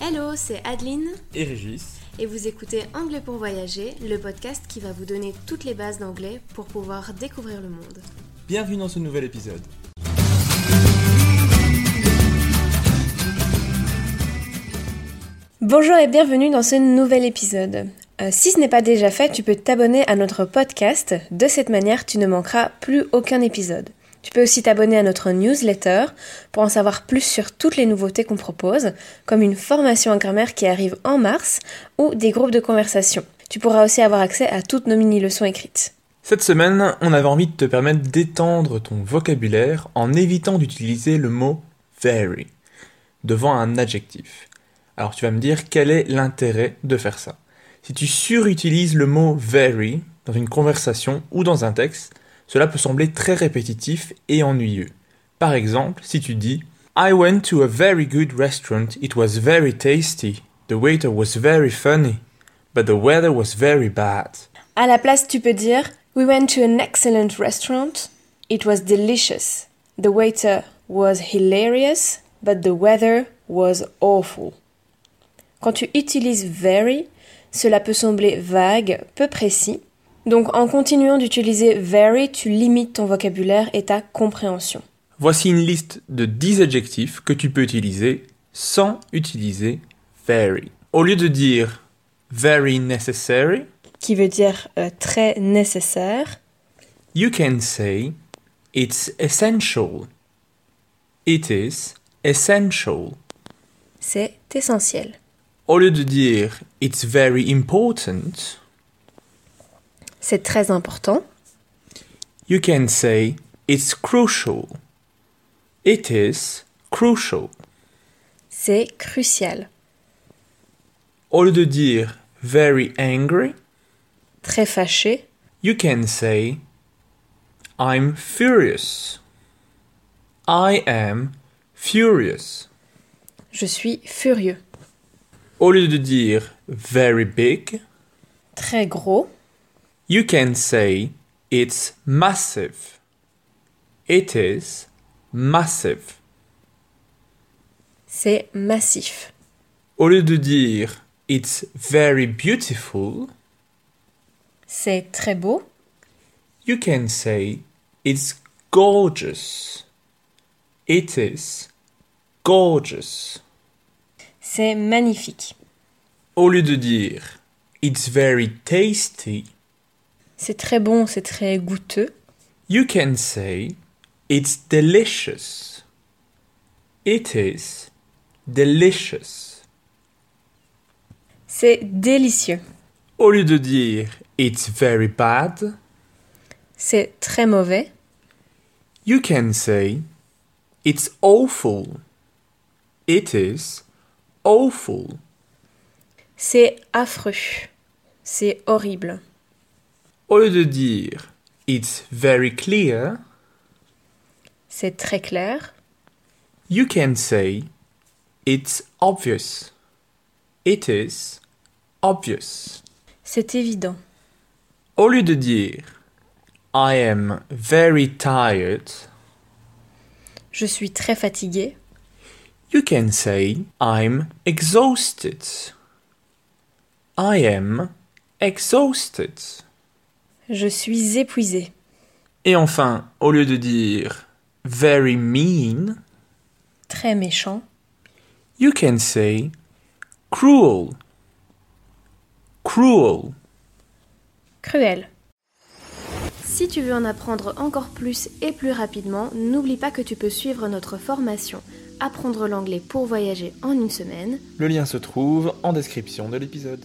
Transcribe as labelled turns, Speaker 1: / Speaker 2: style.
Speaker 1: Hello, c'est Adeline
Speaker 2: et Régis.
Speaker 1: et vous écoutez Anglais pour voyager, le podcast qui va vous donner toutes les bases d'anglais pour pouvoir découvrir le monde.
Speaker 2: Bienvenue dans ce nouvel épisode.
Speaker 1: Bonjour et bienvenue dans ce nouvel épisode. Euh, si ce n'est pas déjà fait, tu peux t'abonner à notre podcast. De cette manière, tu ne manqueras plus aucun épisode. Tu peux aussi t'abonner à notre newsletter pour en savoir plus sur toutes les nouveautés qu'on propose, comme une formation en grammaire qui arrive en mars ou des groupes de conversation. Tu pourras aussi avoir accès à toutes nos mini-leçons écrites.
Speaker 2: Cette semaine, on avait envie de te permettre d'étendre ton vocabulaire en évitant d'utiliser le mot very devant un adjectif. Alors tu vas me dire quel est l'intérêt de faire ça. Si tu surutilises le mot very dans une conversation ou dans un texte, cela peut sembler très répétitif et ennuyeux. Par exemple, si tu dis I went to a very good restaurant, it was very tasty, the waiter was very funny, but the weather was very bad.
Speaker 1: À la place, tu peux dire We went to an excellent restaurant. It was delicious. The waiter was hilarious, but the weather was awful. Quand tu utilises very, cela peut sembler vague, peu précis. Donc en continuant d'utiliser very, tu limites ton vocabulaire et ta compréhension.
Speaker 2: Voici une liste de 10 adjectifs que tu peux utiliser sans utiliser very. Au lieu de dire very necessary,
Speaker 1: Qui veut dire euh, très nécessaire.
Speaker 2: you can say it's essential. It is essential.
Speaker 1: C'est essentiel.
Speaker 2: Au lieu de dire it's very important,
Speaker 1: C'est très important.
Speaker 2: you can say it's crucial. It is crucial.
Speaker 1: C'est crucial.
Speaker 2: Au lieu de dire very angry,
Speaker 1: Très fâché.
Speaker 2: You can say, I'm furious. I am furious.
Speaker 1: Je suis furieux.
Speaker 2: Au lieu de dire very big,
Speaker 1: Très gros.
Speaker 2: you can say it's massive. It is massive.
Speaker 1: C'est massif.
Speaker 2: Au lieu de dire it's very beautiful,
Speaker 1: C'est très beau.
Speaker 2: you can say it's gorgeous. It is gorgeous.
Speaker 1: C'est magnifique.
Speaker 2: Au lieu de dire it's very tasty,
Speaker 1: C'est très bon, c'est très goûteux.
Speaker 2: You can say it's delicious. It is delicious.
Speaker 1: C'est délicieux.
Speaker 2: Au lieu de dire it's very bad,
Speaker 1: C'est très mauvais.
Speaker 2: you can say it's awful. It is awful.
Speaker 1: C'est affreux. C'est horrible.
Speaker 2: Au lieu de dire it's very clear,
Speaker 1: C'est très clair.
Speaker 2: you can say it's obvious. It is obvious.
Speaker 1: C'est évident.
Speaker 2: Au lieu de dire I am very tired,
Speaker 1: Je suis très fatigué.
Speaker 2: you can say I'm exhausted. I am exhausted.
Speaker 1: Je suis épuisé.
Speaker 2: Et enfin, au lieu de dire very mean,
Speaker 1: Très méchant.
Speaker 2: you can say cruel. Cruel.
Speaker 1: Cruel.
Speaker 3: Si tu veux en apprendre encore plus et plus rapidement, n'oublie pas que tu peux suivre notre formation Apprendre l'anglais pour voyager en une semaine.
Speaker 2: Le lien se trouve en description de l'épisode.